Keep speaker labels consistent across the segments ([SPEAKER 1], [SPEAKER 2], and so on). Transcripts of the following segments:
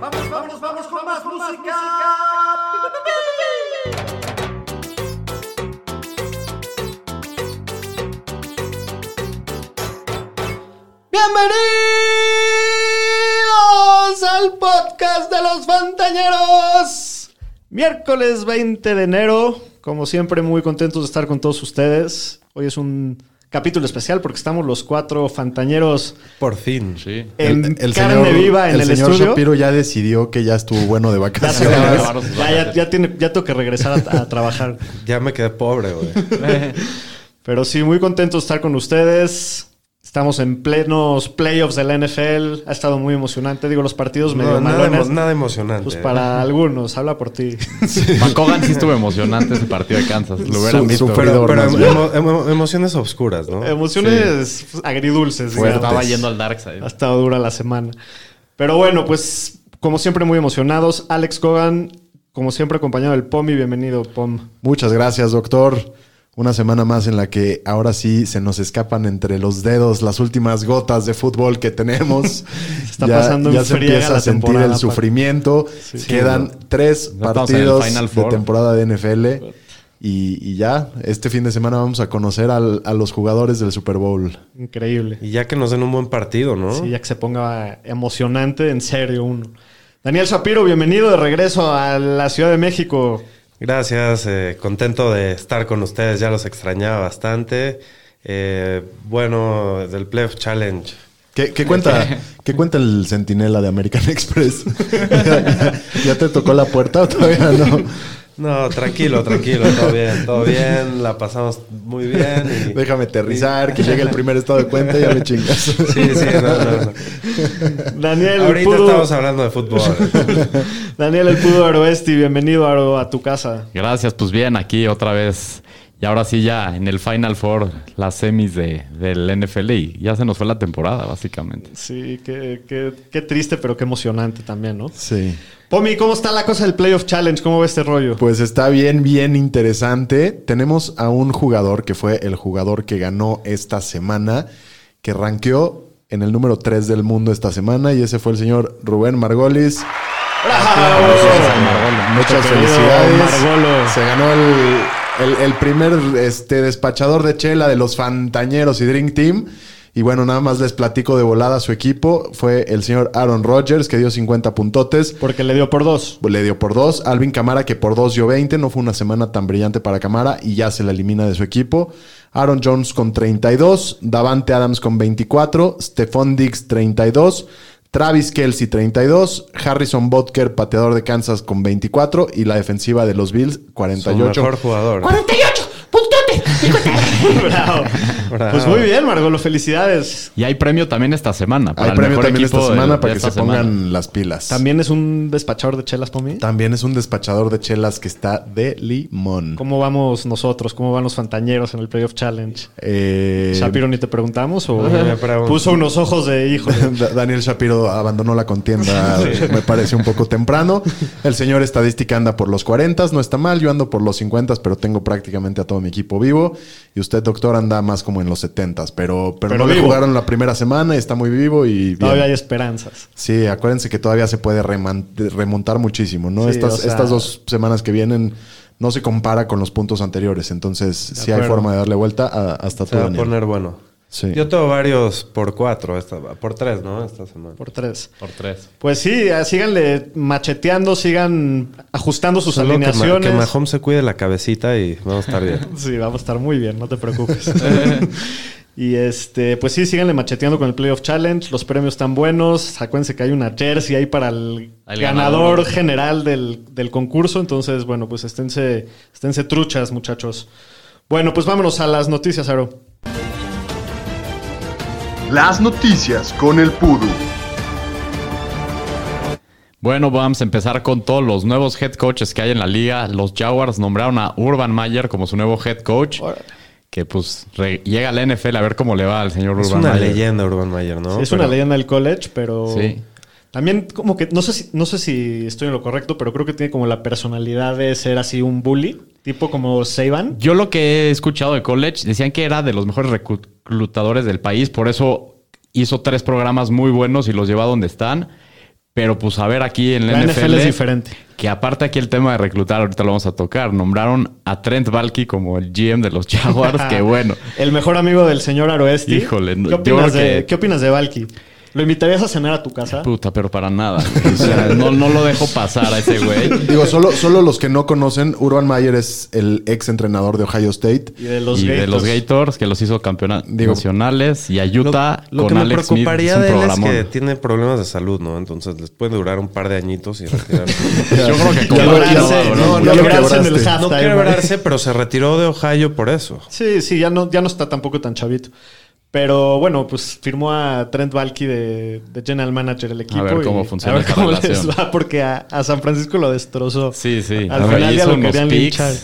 [SPEAKER 1] Vamos, vamos, vamos con más música.
[SPEAKER 2] Bienvenidos al podcast de los Fantañeros. Miércoles 20 de enero, como siempre muy contentos de estar con todos ustedes. Hoy es un capítulo especial porque estamos los cuatro Fantañeros
[SPEAKER 3] Por fin.
[SPEAKER 4] Sí.
[SPEAKER 2] en carne viva en el,
[SPEAKER 3] señor
[SPEAKER 2] estudio.
[SPEAKER 3] Shapiro ya decidió que ya estuvo bueno de
[SPEAKER 2] Ya, se va a
[SPEAKER 3] vacaciones.
[SPEAKER 2] acabar sus ya, ya- ya tiene, ya tengo que regresar a, a trabajar.
[SPEAKER 3] ya me quedé pobre, güey.
[SPEAKER 2] Pero sí, muy contento de estar con ustedes. Estamos en plenos playoffs de la NFL. Ha estado muy emocionante. Digo, los partidos medio
[SPEAKER 3] No, nada,
[SPEAKER 2] malones.
[SPEAKER 3] emo- nada emocionante.
[SPEAKER 2] Pues para algunos, habla por ti.
[SPEAKER 4] McCogan sí estuvo emocionante ese partido de Kansas. Lo hubieran
[SPEAKER 3] Su-
[SPEAKER 4] visto.
[SPEAKER 3] su- pero, pero emo- emo- emociones obscuras, ¿no?
[SPEAKER 2] Emociones pues, agridulces.
[SPEAKER 4] pero
[SPEAKER 2] digamos.
[SPEAKER 4] estaba yendo al Dark Side.
[SPEAKER 2] Ha estado dura la semana. Pero bueno, pues como siempre muy emocionados. Alex Cogan, como siempre acompañado del POM y bienvenido POM.
[SPEAKER 3] Muchas gracias, doctor. Una semana más en la que ahora sí se nos escapan entre los dedos las últimas gotas de fútbol que tenemos.
[SPEAKER 2] está pasando en
[SPEAKER 3] ya se
[SPEAKER 2] friega
[SPEAKER 3] empieza
[SPEAKER 2] la
[SPEAKER 3] a sentir
[SPEAKER 2] temporada,
[SPEAKER 3] el
[SPEAKER 2] Paco.
[SPEAKER 3] sufrimiento. Quedan tres
[SPEAKER 4] Ya estamos en el
[SPEAKER 3] partidos
[SPEAKER 4] Final
[SPEAKER 3] de
[SPEAKER 4] Four.
[SPEAKER 3] temporada de NFL. Y, y ya, este fin de semana vamos a conocer al- a los jugadores del Super Bowl.
[SPEAKER 2] Increíble.
[SPEAKER 5] Y ya que nos den un buen partido, ¿no?
[SPEAKER 2] Sí, ya que se ponga emocionante, en serio uno. Daniel Shapiro, bienvenido de regreso a la Ciudad de México.
[SPEAKER 5] Gracias, eh, contento de estar con ustedes, ya los extrañaba bastante. Eh, bueno, del Pleb Challenge.
[SPEAKER 3] ¿Qué, qué cuenta, ¿Qué cuenta el centinela de American Express? ¿Ya te tocó la puerta o todavía no?
[SPEAKER 5] No, tranquilo, tranquilo, todo bien, todo bien, la pasamos muy bien. y-
[SPEAKER 3] Déjame aterrizar, que llegue el primer estado de cuenta y ya me chingas.
[SPEAKER 5] Sí, sí, no, no, no.
[SPEAKER 2] Daniel,
[SPEAKER 5] Ahorita
[SPEAKER 2] Pudo-
[SPEAKER 5] estamos hablando de fútbol.
[SPEAKER 2] Daniel el Pudo Aroesti, bienvenido Aro, a tu casa.
[SPEAKER 4] Gracias, pues bien, aquí otra vez. Y ahora sí, ya en el Final Four, las semis de, del NFL. Y ya se nos fue la temporada, básicamente.
[SPEAKER 2] Sí, qué, qué- qué triste, pero qué emocionante también, ¿no?
[SPEAKER 3] Sí.
[SPEAKER 2] Pomi, ¿cómo está la cosa del Playoff Challenge? ¿Cómo ves este rollo?
[SPEAKER 3] Pues está bien, bien interesante. Tenemos a un jugador que fue el jugador que ganó esta semana, que ranqueó en el número 3 del mundo esta semana, y ese fue el señor Rubén Margolis.
[SPEAKER 5] pues,
[SPEAKER 3] Muchas
[SPEAKER 2] Nuestro querido
[SPEAKER 3] felicidades.
[SPEAKER 2] Margolo.
[SPEAKER 3] Se ganó el, el- el primer este, despachador de chela de los Fantañeros y Drink Team. Y bueno, nada más les platico de volada a su equipo. Fue el señor Aaron Rodgers, que dio 50 puntotes.
[SPEAKER 2] Porque le dio por dos.
[SPEAKER 3] Le dio por dos. Alvin Camara, que por dos dio 20. No fue una semana tan brillante para Camara y ya se la elimina de su equipo. Aaron Jones con 32. Davante Adams con 24. Stephon Diggs 32. Travis Kelsey 32. Harrison Butker, pateador de Kansas con 24. Y la defensiva de los Bills
[SPEAKER 5] Su
[SPEAKER 3] 48.
[SPEAKER 5] mejor jugador.
[SPEAKER 2] Bravo.
[SPEAKER 5] Bravo.
[SPEAKER 2] Pues muy bien, Margolo, felicidades.
[SPEAKER 4] Y hay premio también esta semana.
[SPEAKER 3] Hay
[SPEAKER 4] el
[SPEAKER 3] premio
[SPEAKER 4] mejor
[SPEAKER 3] también esta
[SPEAKER 4] equipo de-
[SPEAKER 3] semana
[SPEAKER 4] de
[SPEAKER 3] para que
[SPEAKER 4] esta
[SPEAKER 3] se pongan
[SPEAKER 4] semana.
[SPEAKER 3] las pilas.
[SPEAKER 2] También es un despachador de chelas, Pomi.
[SPEAKER 3] También es un despachador de chelas que está de limón.
[SPEAKER 2] ¿Cómo vamos nosotros? ¿Cómo van los fantañeros en el Playoff Challenge?
[SPEAKER 3] Eh,
[SPEAKER 2] Shapiro, ni te preguntamos o
[SPEAKER 5] Ni eh, me pregunto.
[SPEAKER 2] puso unos ojos de hijo.
[SPEAKER 3] Da- Daniel Shapiro abandonó la contienda, me parece un poco temprano. El señor estadística anda por los 40, no está mal. Yo ando por los 50, pero tengo prácticamente a todo mi equipo vivo. Y usted, doctor, anda más como en los 70, pero, pero,
[SPEAKER 2] Pero
[SPEAKER 3] no le
[SPEAKER 2] vivo.
[SPEAKER 3] jugaron la primera semana y está muy vivo. y bien.
[SPEAKER 2] Todavía hay esperanzas.
[SPEAKER 3] Sí, acuérdense que todavía se puede reman- remontar muchísimo, ¿no?
[SPEAKER 2] Sí,
[SPEAKER 3] estas,
[SPEAKER 2] o sea-
[SPEAKER 3] estas dos semanas que vienen no se compara con los puntos anteriores. Entonces, sí hay
[SPEAKER 2] acuerdo.
[SPEAKER 3] forma de darle vuelta a- hasta
[SPEAKER 5] Se
[SPEAKER 3] tú,
[SPEAKER 5] va a
[SPEAKER 3] Daniel.
[SPEAKER 5] poner bueno.
[SPEAKER 3] Sí.
[SPEAKER 5] Yo tengo varios por cuatro, esta, por tres, ¿no? Esta semana.
[SPEAKER 2] Por tres.
[SPEAKER 4] Por tres.
[SPEAKER 2] Pues sí, eh, síganle macheteando, sigan ajustando sus
[SPEAKER 5] Solo Pues que, Ma-
[SPEAKER 2] alineaciones.
[SPEAKER 5] que Mahomes se cuide la cabecita y vamos a estar bien.
[SPEAKER 2] Sí, vamos a estar muy bien, no te preocupes. y este, pues sí, síganle macheteando con el Playoff Challenge. Los premios están buenos. Acuérdense que hay una jersey ahí para el,
[SPEAKER 4] Al
[SPEAKER 2] ganador,
[SPEAKER 4] ganador.
[SPEAKER 2] general del, del concurso. Entonces, bueno, pues esténse, esténse truchas, muchachos. Bueno, pues vámonos a las noticias, Aro.
[SPEAKER 6] Las noticias con el Pudu.
[SPEAKER 4] Bueno, vamos a empezar con todos los nuevos head coaches que hay en la liga. Los Jaguars nombraron a Urban Mayer como su nuevo head coach. que pues re- llega a la NFL a ver cómo le va al señor
[SPEAKER 5] Es
[SPEAKER 4] Urban
[SPEAKER 5] una
[SPEAKER 4] Meyer.
[SPEAKER 5] leyenda Urban Mayer, ¿no?
[SPEAKER 2] Sí, es
[SPEAKER 5] Pero
[SPEAKER 2] una leyenda del college, pero
[SPEAKER 4] Sí.
[SPEAKER 2] también como que, no sé, si, no sé si estoy en lo correcto, pero creo que tiene como la personalidad de ser así un bully, tipo como Saban.
[SPEAKER 4] Yo lo que he escuchado de college, decían que era de los mejores reclutadores del país, por eso hizo tres programas muy buenos y los lleva a donde están. Pero pues a ver aquí en la,
[SPEAKER 2] La NFL es diferente.
[SPEAKER 4] Que aparte aquí el tema de reclutar, ahorita lo vamos a tocar. Nombraron a Trent Valky como el GM de los Jaguars, que bueno.
[SPEAKER 2] El mejor amigo del señor Aroesti.
[SPEAKER 4] Híjole, no,
[SPEAKER 2] ¿Qué
[SPEAKER 4] yo
[SPEAKER 2] opinas,
[SPEAKER 4] creo
[SPEAKER 2] de,
[SPEAKER 4] que- Pues,
[SPEAKER 2] ¿qué opinas de Valky? ¿Lo invitarías a cenar a tu
[SPEAKER 5] ¿Ah?
[SPEAKER 2] casa?
[SPEAKER 4] Puta, pero para nada. güey. O sea, no, no lo dejo pasar a ese güey.
[SPEAKER 3] Digo, solo, solo los que no conocen, Urban Mayer es el ex entrenador de Ohio State.
[SPEAKER 2] Y de los
[SPEAKER 4] y de
[SPEAKER 2] Gators.
[SPEAKER 4] los Gators, que los hizo campeones
[SPEAKER 3] Digo,
[SPEAKER 4] nacionales. Y a
[SPEAKER 5] Lo,
[SPEAKER 4] Utah
[SPEAKER 5] lo
[SPEAKER 4] con
[SPEAKER 5] que me
[SPEAKER 4] Alex Smith,
[SPEAKER 5] preocuparía
[SPEAKER 4] es un
[SPEAKER 5] de él es
[SPEAKER 4] programón.
[SPEAKER 5] que tiene problemas de salud, ¿no? Entonces les puede durar un par de añitos y retirarse.
[SPEAKER 4] Yo creo que
[SPEAKER 2] Y
[SPEAKER 4] como
[SPEAKER 2] ahora
[SPEAKER 4] aquí no
[SPEAKER 2] hace-
[SPEAKER 4] va, bro.
[SPEAKER 2] no, no,
[SPEAKER 3] Ya lo
[SPEAKER 2] quebrarse en el
[SPEAKER 3] quebraste.
[SPEAKER 5] no
[SPEAKER 2] halftime,
[SPEAKER 5] quebrarse, pero se retiró de Ohio por eso.
[SPEAKER 2] Sí, sí, ya no, ya no está tampoco tan chavito. Pero bueno, pues firmó a Trent Valky de, de General Manager el equipo.
[SPEAKER 4] ver
[SPEAKER 2] y
[SPEAKER 4] cómo funciona
[SPEAKER 2] A ver
[SPEAKER 4] esa
[SPEAKER 2] cómo
[SPEAKER 4] relación.
[SPEAKER 2] les va, porque a, a San Francisco lo destrozó.
[SPEAKER 4] Sí, sí.
[SPEAKER 2] Al
[SPEAKER 4] Ahí
[SPEAKER 2] final ya
[SPEAKER 4] hizo
[SPEAKER 2] lo
[SPEAKER 4] unos
[SPEAKER 2] querían
[SPEAKER 4] picks
[SPEAKER 2] linchar.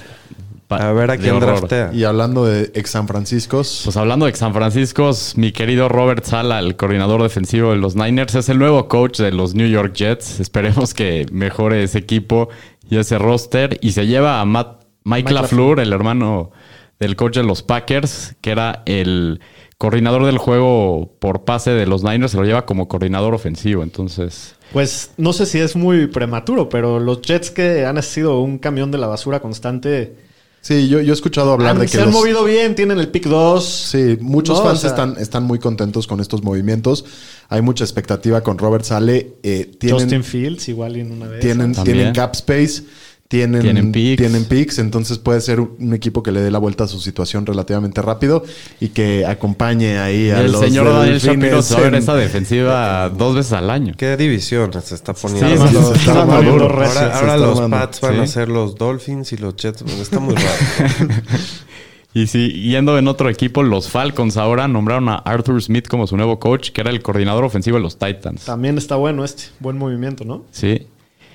[SPEAKER 4] pa-
[SPEAKER 5] A ver a
[SPEAKER 4] de
[SPEAKER 5] quién
[SPEAKER 4] horror.
[SPEAKER 5] draftea.
[SPEAKER 3] Y hablando de ex San Franciscos,
[SPEAKER 4] Pues hablando de San Francisco, mi querido Robert Sala, el coordinador defensivo de los Niners, es el nuevo coach de los New York Jets. Esperemos que mejore ese equipo y ese roster. Y se lleva a Matt- Mike,
[SPEAKER 2] Mike
[SPEAKER 4] LaFleur, el hermano del coach de los Packers, que era el coordinador del juego por pase de los Niners, se lo lleva como coordinador ofensivo. Entonces,
[SPEAKER 2] Pues no sé si es muy prematuro, pero los Jets que han sido un camión de la basura constante.
[SPEAKER 3] sí, yo, yo he escuchado hablar
[SPEAKER 2] han-
[SPEAKER 3] de que
[SPEAKER 2] se han
[SPEAKER 3] los-
[SPEAKER 2] movido bien, tienen el pick 2.
[SPEAKER 3] Sí, muchos
[SPEAKER 2] No,
[SPEAKER 3] fans
[SPEAKER 2] o sea-
[SPEAKER 3] están, están muy contentos con estos movimientos. Hay mucha expectativa con Robert Sale. Eh,
[SPEAKER 2] Justin
[SPEAKER 3] tienen,
[SPEAKER 2] Fields, igual y en una vez.
[SPEAKER 3] tienen,
[SPEAKER 4] También.
[SPEAKER 3] tienen cap space, tienen,
[SPEAKER 4] Tienen picks.
[SPEAKER 3] tienen picks, entonces puede ser un equipo que le dé la vuelta a su situación relativamente rápido y que acompañe ahí a
[SPEAKER 4] el
[SPEAKER 3] los
[SPEAKER 4] señor Daniel
[SPEAKER 3] delfines
[SPEAKER 4] Shapiro se va a ver
[SPEAKER 3] en-
[SPEAKER 4] esa defensiva dos veces al año.
[SPEAKER 5] ¿Qué división se está
[SPEAKER 4] Sí,
[SPEAKER 5] poniendo?
[SPEAKER 4] sí, sí,
[SPEAKER 3] armando,
[SPEAKER 4] sí,
[SPEAKER 3] está
[SPEAKER 4] sí,
[SPEAKER 3] armando.
[SPEAKER 4] sí.
[SPEAKER 2] Ahora-
[SPEAKER 3] Se
[SPEAKER 5] Ahora,
[SPEAKER 3] está
[SPEAKER 5] ahora los
[SPEAKER 3] armando.
[SPEAKER 5] Pats van a
[SPEAKER 4] Sí.
[SPEAKER 5] ser los Dolphins y los Jets. Está muy raro.
[SPEAKER 4] Y sí, yendo en otro equipo, los Falcons ahora nombraron a Arthur Smith como su nuevo coach, que era el coordinador ofensivo de los Titans.
[SPEAKER 2] También está bueno este. Buen movimiento, ¿no?
[SPEAKER 4] Sí.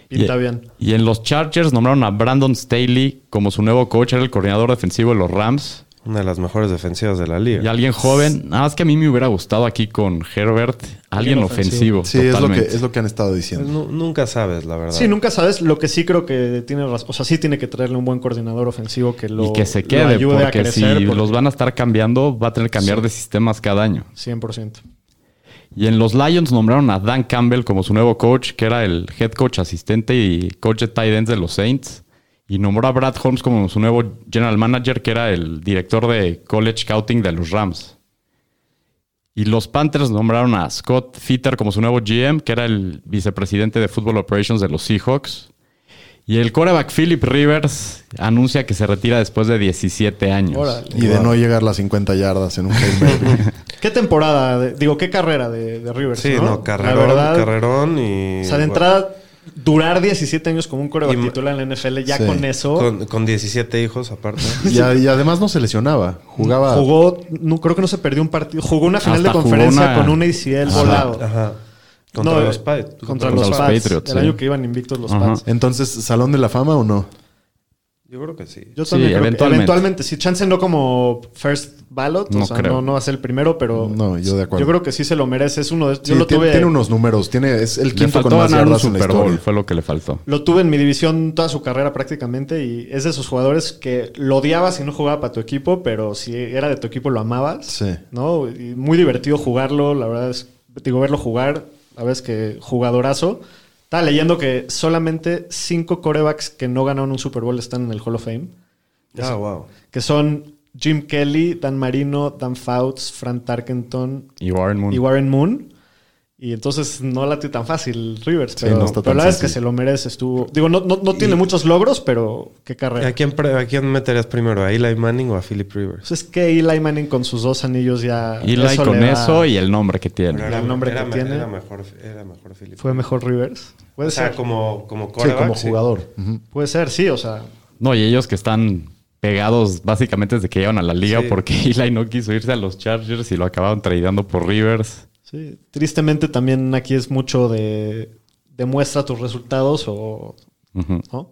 [SPEAKER 2] Pinta
[SPEAKER 4] y,
[SPEAKER 2] bien.
[SPEAKER 4] Y en los Chargers nombraron a Brandon Staley como su nuevo coach, era el coordinador defensivo de los Rams.
[SPEAKER 5] Una de las mejores defensivas de la
[SPEAKER 4] Y
[SPEAKER 5] liga.
[SPEAKER 4] alguien joven, nada más que a mí me hubiera gustado aquí con Herbert, alguien
[SPEAKER 2] ofensivo.
[SPEAKER 4] ofensivo.
[SPEAKER 3] Sí, es lo, que,
[SPEAKER 4] totalmente.
[SPEAKER 3] es lo que han estado diciendo.
[SPEAKER 5] Pues Nu- nunca sabes, la verdad.
[SPEAKER 2] Sí, nunca sabes. Lo que sí creo que tiene razón. O sea, sí tiene que traerle un buen coordinador ofensivo que lo,
[SPEAKER 4] y que se
[SPEAKER 2] lo
[SPEAKER 4] quede,
[SPEAKER 2] ayude a
[SPEAKER 4] porque si
[SPEAKER 2] crecer. porque-
[SPEAKER 4] los van a estar cambiando, va a tener que cambiar de sistemas cada año.
[SPEAKER 2] 100%.
[SPEAKER 4] Y en los Lions nombraron a Dan Campbell como su nuevo coach, que era el head coach asistente y coach de tight ends de los Saints. Y nombró a Brad Holmes como su nuevo general manager, que era el director de college scouting de los Rams. Y los Panthers nombraron a Scott Fitter como su nuevo GM, que era el vicepresidente de Football Operations de los Seahawks. Y el coreback Philip Rivers anuncia que se retira después de 17 años.
[SPEAKER 2] Órale.
[SPEAKER 3] Y de no llegar las 50 yardas en un Hail Mary.
[SPEAKER 2] ¿Qué temporada? de- digo, ¿qué carrera de, de Rivers?
[SPEAKER 5] Sí, no, carrerón,
[SPEAKER 2] La verdad,
[SPEAKER 5] carrerón y.
[SPEAKER 2] O sea, de entrada, durar 17 años como un coreback
[SPEAKER 5] Y-
[SPEAKER 2] titular en la NFL, ya
[SPEAKER 3] Sí.
[SPEAKER 2] con eso.
[SPEAKER 5] Con, con 17 hijos aparte.
[SPEAKER 3] y, a- y además no se lesionaba, jugaba.
[SPEAKER 2] Jugó, no, creo que no se perdió un partido. Jugó una final
[SPEAKER 4] Hasta
[SPEAKER 2] de
[SPEAKER 4] jugó
[SPEAKER 2] conferencia
[SPEAKER 4] una-
[SPEAKER 2] con un ACL
[SPEAKER 4] Ajá.
[SPEAKER 2] volado.
[SPEAKER 5] Ajá. Contra
[SPEAKER 2] No,
[SPEAKER 5] los
[SPEAKER 2] eh,
[SPEAKER 5] Pats.
[SPEAKER 2] Contra, los,
[SPEAKER 4] los
[SPEAKER 2] Pats.
[SPEAKER 4] Patriots,
[SPEAKER 2] El
[SPEAKER 4] sí.
[SPEAKER 2] año que iban invictos los
[SPEAKER 4] Ajá.
[SPEAKER 2] Pats.
[SPEAKER 3] Entonces, ¿Salón de la Fama o no?
[SPEAKER 5] Yo creo que sí.
[SPEAKER 2] Yo
[SPEAKER 4] Sí,
[SPEAKER 2] también creo que-
[SPEAKER 4] eventualmente.
[SPEAKER 2] eventualmente. Sí, chance no como first ballot. o
[SPEAKER 4] No
[SPEAKER 2] sea,
[SPEAKER 4] creo.
[SPEAKER 2] No, no va a ser el primero, pero.
[SPEAKER 3] No, yo de acuerdo.
[SPEAKER 2] Yo creo que sí se lo merece. Es uno de.
[SPEAKER 3] Sí,
[SPEAKER 2] yo lo
[SPEAKER 3] tiene,
[SPEAKER 2] tuve.
[SPEAKER 3] tiene unos números, tiene, es el
[SPEAKER 4] Le
[SPEAKER 3] quinto
[SPEAKER 4] faltó
[SPEAKER 3] con más
[SPEAKER 4] ganar un
[SPEAKER 3] yardas en la
[SPEAKER 4] Super Bowl,
[SPEAKER 3] historia.
[SPEAKER 4] fue lo que le faltó.
[SPEAKER 2] Lo tuve en mi división toda su carrera prácticamente y es de esos jugadores que lo odiabas si no jugaba para tu equipo, pero si era de tu equipo lo amabas.
[SPEAKER 3] Sí.
[SPEAKER 2] ¿no? Y muy divertido jugarlo, la verdad es, digo, verlo jugar, la verdad es que jugadorazo. Estaba leyendo que solamente cinco corebacks que no ganaron un Super Bowl están en el Hall of Fame,
[SPEAKER 5] Ah, wow.
[SPEAKER 2] que son Jim Kelly, Dan Marino, Dan Fouts, Fran Tarkenton,
[SPEAKER 4] Y Warren Moon.
[SPEAKER 2] y Warren Moon. Y entonces no late tan fácil Rivers,
[SPEAKER 3] Sí,
[SPEAKER 2] pero,
[SPEAKER 3] no está
[SPEAKER 2] pero
[SPEAKER 3] tan
[SPEAKER 2] la verdad es que se
[SPEAKER 3] sencillo.
[SPEAKER 2] lo merece. Estuvo, digo, no, no, no tiene muchos logros, pero qué
[SPEAKER 5] ¿A
[SPEAKER 2] carrera.
[SPEAKER 5] quién, pre- ¿A quién meterías primero? ¿A Eli Manning o a Philip Rivers?
[SPEAKER 2] Pues es que Eli Manning con sus dos anillos ya.
[SPEAKER 4] Eli
[SPEAKER 2] eso
[SPEAKER 4] con
[SPEAKER 2] le da-
[SPEAKER 4] eso y el nombre que tiene.
[SPEAKER 2] el nombre que
[SPEAKER 5] me-
[SPEAKER 2] tiene.
[SPEAKER 5] Era mejor, era mejor Philip.
[SPEAKER 2] Fue mejor Rivers. Puede
[SPEAKER 5] o sea,
[SPEAKER 2] ser.
[SPEAKER 5] como, como
[SPEAKER 3] Sí,
[SPEAKER 5] quarterback,
[SPEAKER 3] como
[SPEAKER 5] sí.
[SPEAKER 3] jugador. Ujú.
[SPEAKER 2] Puede ser, sí, o sea.
[SPEAKER 4] No, y ellos que están pegados básicamente desde que llegaron a la liga
[SPEAKER 5] Sí.
[SPEAKER 4] porque Eli no quiso irse a los Chargers y lo acabaron tradeando por Rivers.
[SPEAKER 2] sí. Tristemente también aquí es mucho de. Demuestra tus resultados o.
[SPEAKER 4] Ujú.
[SPEAKER 2] ¿no?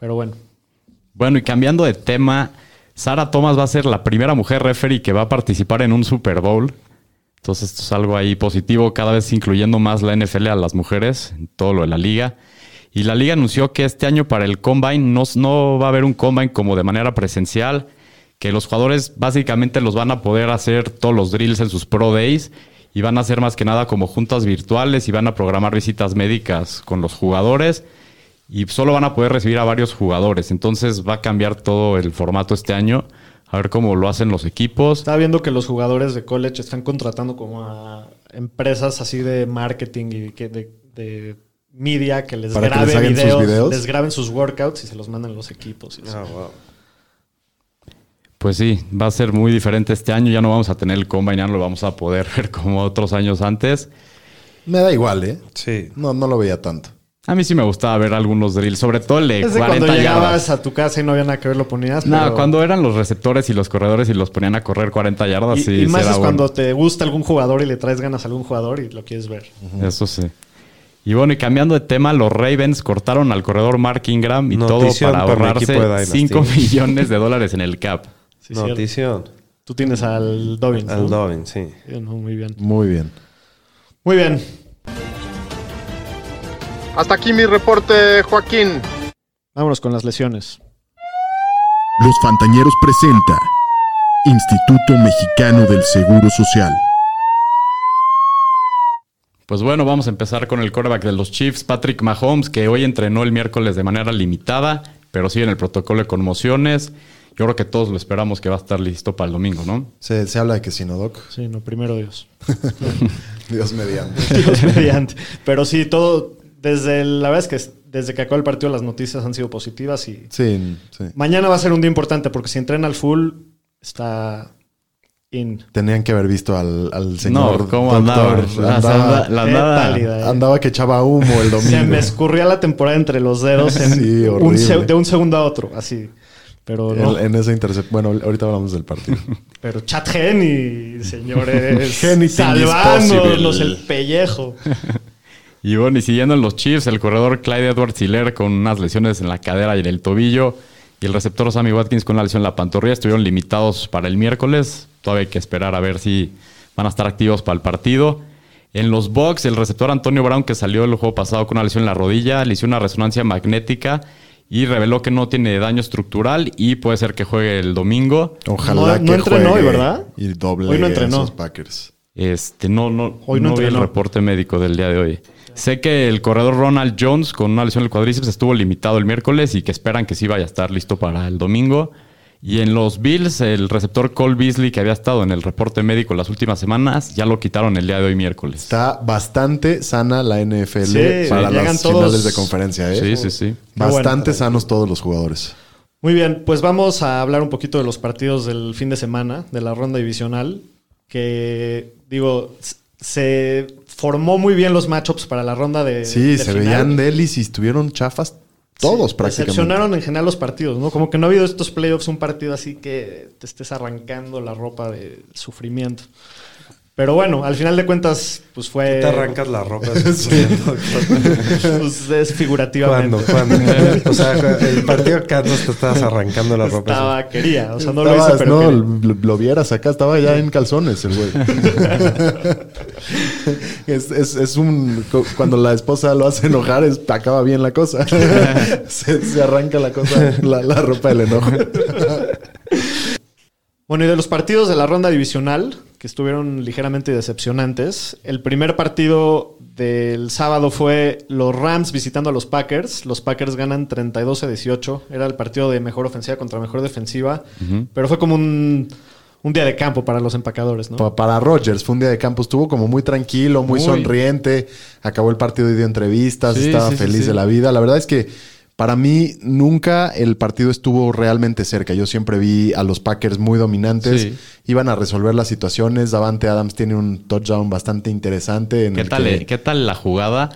[SPEAKER 2] Pero bueno.
[SPEAKER 4] Bueno, y cambiando de tema, Sara Thomas va a ser la primera mujer referee que va a participar en un Super Bowl. Entonces, esto es algo ahí positivo, cada vez incluyendo más la NFL a las mujeres, en todo lo de la liga. Y la liga anunció que este año para el combine no, no va a haber un combine como de manera presencial, que los jugadores básicamente los van a poder hacer todos los drills en sus pro days y van a hacer más que nada como juntas virtuales y van a programar visitas médicas con los jugadores y solo van a poder recibir a varios jugadores. Entonces va a cambiar todo el formato este año. A ver cómo lo hacen los equipos.
[SPEAKER 2] Estaba viendo que los jugadores de college están contratando como a empresas así de marketing y que de, de media que les
[SPEAKER 3] Para que les
[SPEAKER 2] graben
[SPEAKER 3] hagan sus
[SPEAKER 2] videos,
[SPEAKER 3] videos.
[SPEAKER 2] les graben sus workouts y se los mandan a los equipos. y eso.
[SPEAKER 5] Ah, wow.
[SPEAKER 4] Pues sí, va a ser muy diferente este año. Ya no vamos a tener el combine, ya no lo vamos a poder ver como otros años antes.
[SPEAKER 3] Me da igual, ¿eh?
[SPEAKER 5] Sí.
[SPEAKER 3] No, no lo veía tanto.
[SPEAKER 4] A mí sí me gustaba ver algunos drills, sobre todo el de
[SPEAKER 2] Es de
[SPEAKER 4] 40
[SPEAKER 2] pues, cuando llegabas
[SPEAKER 4] yardas.
[SPEAKER 2] a tu casa y no había nada que ver, lo ponías.
[SPEAKER 4] No,
[SPEAKER 2] pero-
[SPEAKER 4] cuando eran los receptores y los corredores y los ponían a correr 40 yardas,
[SPEAKER 2] Y,
[SPEAKER 4] sí,
[SPEAKER 2] y
[SPEAKER 4] sí
[SPEAKER 2] más
[SPEAKER 4] era
[SPEAKER 2] es
[SPEAKER 4] bueno.
[SPEAKER 2] cuando te gusta algún jugador y le traes ganas a algún jugador y lo quieres ver.
[SPEAKER 4] Eso sí. Y bueno, y cambiando de tema, los Ravens cortaron al corredor Mark Ingram y
[SPEAKER 5] Notición
[SPEAKER 4] todo
[SPEAKER 5] para
[SPEAKER 4] para
[SPEAKER 5] mi equipo de
[SPEAKER 4] ahorrarse
[SPEAKER 5] Dynasty.
[SPEAKER 4] 5 millones de dólares en el cap.
[SPEAKER 2] Sí, cierto.
[SPEAKER 5] Notición.
[SPEAKER 2] Tú tienes al Dobbins.
[SPEAKER 5] Al
[SPEAKER 2] ¿no?
[SPEAKER 5] Dobbin, sí.
[SPEAKER 2] Sí, no, muy bien.
[SPEAKER 3] Muy bien.
[SPEAKER 2] Muy bien.
[SPEAKER 7] Hasta aquí mi reporte, Joaquín.
[SPEAKER 2] Vámonos con las lesiones.
[SPEAKER 8] Los Fantañeros presenta Instituto Mexicano del Seguro Social.
[SPEAKER 4] Pues bueno, vamos a empezar con el quarterback de los Chiefs, Patrick Mahomes, que hoy entrenó el miércoles de manera limitada, pero sigue en el protocolo de conmociones. Yo creo que todos lo esperamos que va a estar listo para el domingo, ¿no?
[SPEAKER 3] Se, se habla de que sí, ¿no, Doc?
[SPEAKER 2] Sí, no, primero Dios.
[SPEAKER 3] Dios mediante.
[SPEAKER 2] Dios mediante. Pero sí, todo, desde el- la verdad es que desde que acabó el partido las noticias han sido positivas y
[SPEAKER 3] Sí, sí.
[SPEAKER 2] mañana va a ser un día importante porque si entrena al full está in.
[SPEAKER 3] Tenían que haber visto al, al señor.
[SPEAKER 4] no, ¿cómo andaba? Ah,
[SPEAKER 3] doctor. andaba?
[SPEAKER 4] La
[SPEAKER 2] Qué
[SPEAKER 4] nada.
[SPEAKER 2] pálida, eh.
[SPEAKER 3] andaba que echaba humo el domingo.
[SPEAKER 2] Se me escurría la temporada entre los dedos en
[SPEAKER 3] Sí,
[SPEAKER 2] un
[SPEAKER 3] horrible.
[SPEAKER 2] se- de un segundo a otro, así. Pero no.
[SPEAKER 3] En, en esa intercepción. Bueno, ahorita hablamos del partido.
[SPEAKER 2] Pero chat Geni, señores.
[SPEAKER 3] Anything is
[SPEAKER 2] salvándonos
[SPEAKER 3] possible.
[SPEAKER 2] el pellejo.
[SPEAKER 4] Y bueno, y siguiendo en los Chiefs, el corredor Clyde Edwards Hiller con unas lesiones en la cadera y en el tobillo, y el receptor Sammy Watkins con una lesión en la pantorrilla, estuvieron limitados para el miércoles. Todavía hay que esperar a ver si van a estar activos para el partido. En los Bucks, el receptor Antonio Brown, que salió el juego pasado con una lesión en la rodilla, le hizo una resonancia magnética y reveló que no tiene daño estructural y puede ser que juegue el domingo.
[SPEAKER 3] Ojalá
[SPEAKER 2] No-
[SPEAKER 3] que
[SPEAKER 2] no entrenó hoy,
[SPEAKER 3] juegue
[SPEAKER 2] ¿verdad?
[SPEAKER 3] Y doble
[SPEAKER 2] Hoy no entrenó.
[SPEAKER 3] esos Packers.
[SPEAKER 4] Este, no, no,
[SPEAKER 2] Hoy no
[SPEAKER 4] no vi el
[SPEAKER 2] entrenó.
[SPEAKER 4] reporte médico del día de hoy. Sé que el corredor Ronald Jones con una lesión en el cuadríceps estuvo limitado el miércoles y que esperan que sí vaya a estar listo para el domingo. Y en los Bills, el receptor Cole Beasley, que había estado en el reporte médico las últimas semanas, ya lo quitaron el día de hoy miércoles.
[SPEAKER 3] Está bastante sana la NFL
[SPEAKER 2] Sí,
[SPEAKER 3] para
[SPEAKER 2] sí. Llegan
[SPEAKER 3] las
[SPEAKER 2] todos-
[SPEAKER 3] finales de conferencia, ¿eh?
[SPEAKER 4] sí, sí, sí.
[SPEAKER 3] Bastante
[SPEAKER 2] bueno.
[SPEAKER 3] sanos todos los jugadores.
[SPEAKER 2] Muy bien, pues vamos a hablar un poquito de los partidos del fin de semana, de la ronda divisional, que digo, s- se formó muy bien los matchups para la ronda de...
[SPEAKER 3] Sí,
[SPEAKER 2] de
[SPEAKER 3] se
[SPEAKER 2] final.
[SPEAKER 3] veían delis y estuvieron chafas todos prácticamente.
[SPEAKER 2] Decepcionaron en general los partidos, ¿no? Como que no ha habido estos playoffs un partido así que te estés arrancando la ropa de sufrimiento. Pero bueno, al final de cuentas, pues fue...
[SPEAKER 5] Te arrancas la ropa. sufriendo.
[SPEAKER 2] Pues es figurativamente.
[SPEAKER 5] ¿Cuándo? ¿Cuándo? O sea, el partido de Kansas te estabas arrancando la ropa.
[SPEAKER 2] Estaba, quería, o sea, no lo
[SPEAKER 3] Estabas-
[SPEAKER 2] hice, pero
[SPEAKER 3] no,
[SPEAKER 2] quería.
[SPEAKER 3] lo, lo vieras acá, estaba ya en calzones el güey. es, es- es un. cu- Cuando la esposa lo hace enojar, es- acaba bien la cosa. se, se arranca la cosa, la, la ropa del enojo.
[SPEAKER 2] Bueno, y de los partidos de la ronda divisional, que estuvieron ligeramente decepcionantes, el primer partido del sábado fue los Rams visitando a los Packers. Los Packers ganan 32 a 18. Era el partido de mejor ofensiva contra mejor defensiva, pero fue como un, un día de campo para los empacadores, ¿no?
[SPEAKER 3] Pa- Para Rogers fue un día de campo, estuvo como muy tranquilo, muy,
[SPEAKER 4] Muy.
[SPEAKER 3] sonriente, acabó el partido y dio entrevistas,
[SPEAKER 4] Sí,
[SPEAKER 3] estaba
[SPEAKER 4] sí, sí,
[SPEAKER 3] feliz
[SPEAKER 4] sí.
[SPEAKER 3] de la vida. La verdad es que para mí nunca el partido estuvo realmente cerca. Yo siempre vi a los Packers muy dominantes,
[SPEAKER 4] Sí.
[SPEAKER 3] iban a resolver las situaciones. Davante Adams tiene un touchdown bastante interesante. En
[SPEAKER 4] ¿Qué
[SPEAKER 3] el
[SPEAKER 4] tal,
[SPEAKER 3] que-
[SPEAKER 4] eh? ¿Qué tal la jugada?